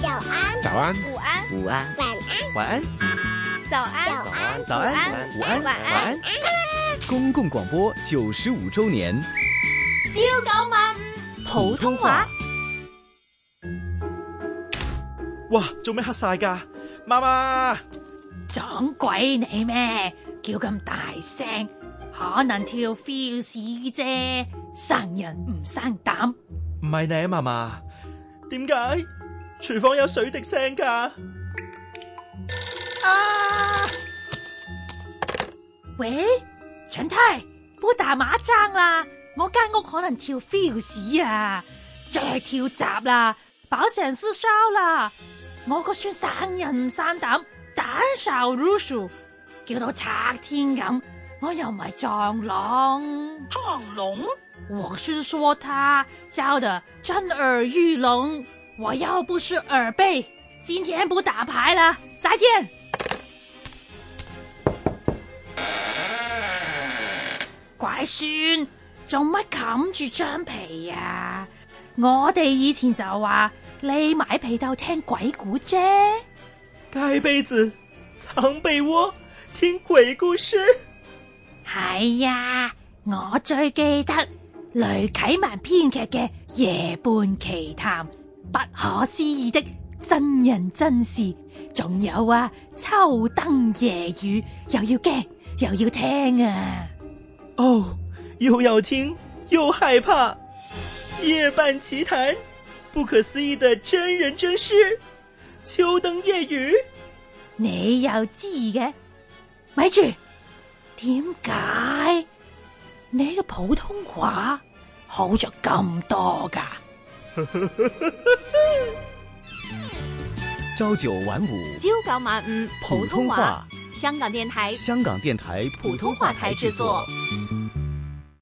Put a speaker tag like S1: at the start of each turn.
S1: 早安，
S2: 午安，
S3: 午安，
S4: 晚安，
S3: 晚安，
S2: 早安，
S4: 早安
S3: 早安，午安，
S2: 晚安
S3: 晚安。公共广播九十五周年，
S2: 朝九晚五，普通話。
S5: 哇，做咩黑晒噶？媽媽，
S6: 撞鬼你咩？叫咁大聲，可能跳 fuse 啫，生人唔生膽。
S5: 唔係你啊媽媽，點解廚房有水滴聲㗎？啊！
S6: 喂，陳太，不打麻爭啦，我間屋可能跳 fuse 啊，再跳閘啦，飽成燒燒啦，我個孫生人唔生膽，膽受 r u s h 叫到拆天咁，我又唔係撞聾。
S7: 撞聋？
S6: 我是说他教的震耳欲聋，我又不是耳背。今天不打牌了，再见。乖孙，做乜冚住張被呀、啊？我哋以前就話匿埋被竇聽鬼故啫。
S5: 蓋被子，藏被窩，聽鬼故事。
S6: 係呀，我最記得雷啟文編劇嘅《夜半奇談》，不可思議的真人真事，仲有啊，秋燈夜雨，又要驚又要聽啊！
S5: 哦，又要聽又害怕，夜半奇談，不可思議的真人真事，秋燈夜雨。
S6: 你又知嘅？咪住，點解你嘅普通話好咗咁多噶？
S3: 朝九晚五，
S2: 朝九晚五，普通話。香港電台
S3: 香港电台普通话台制作。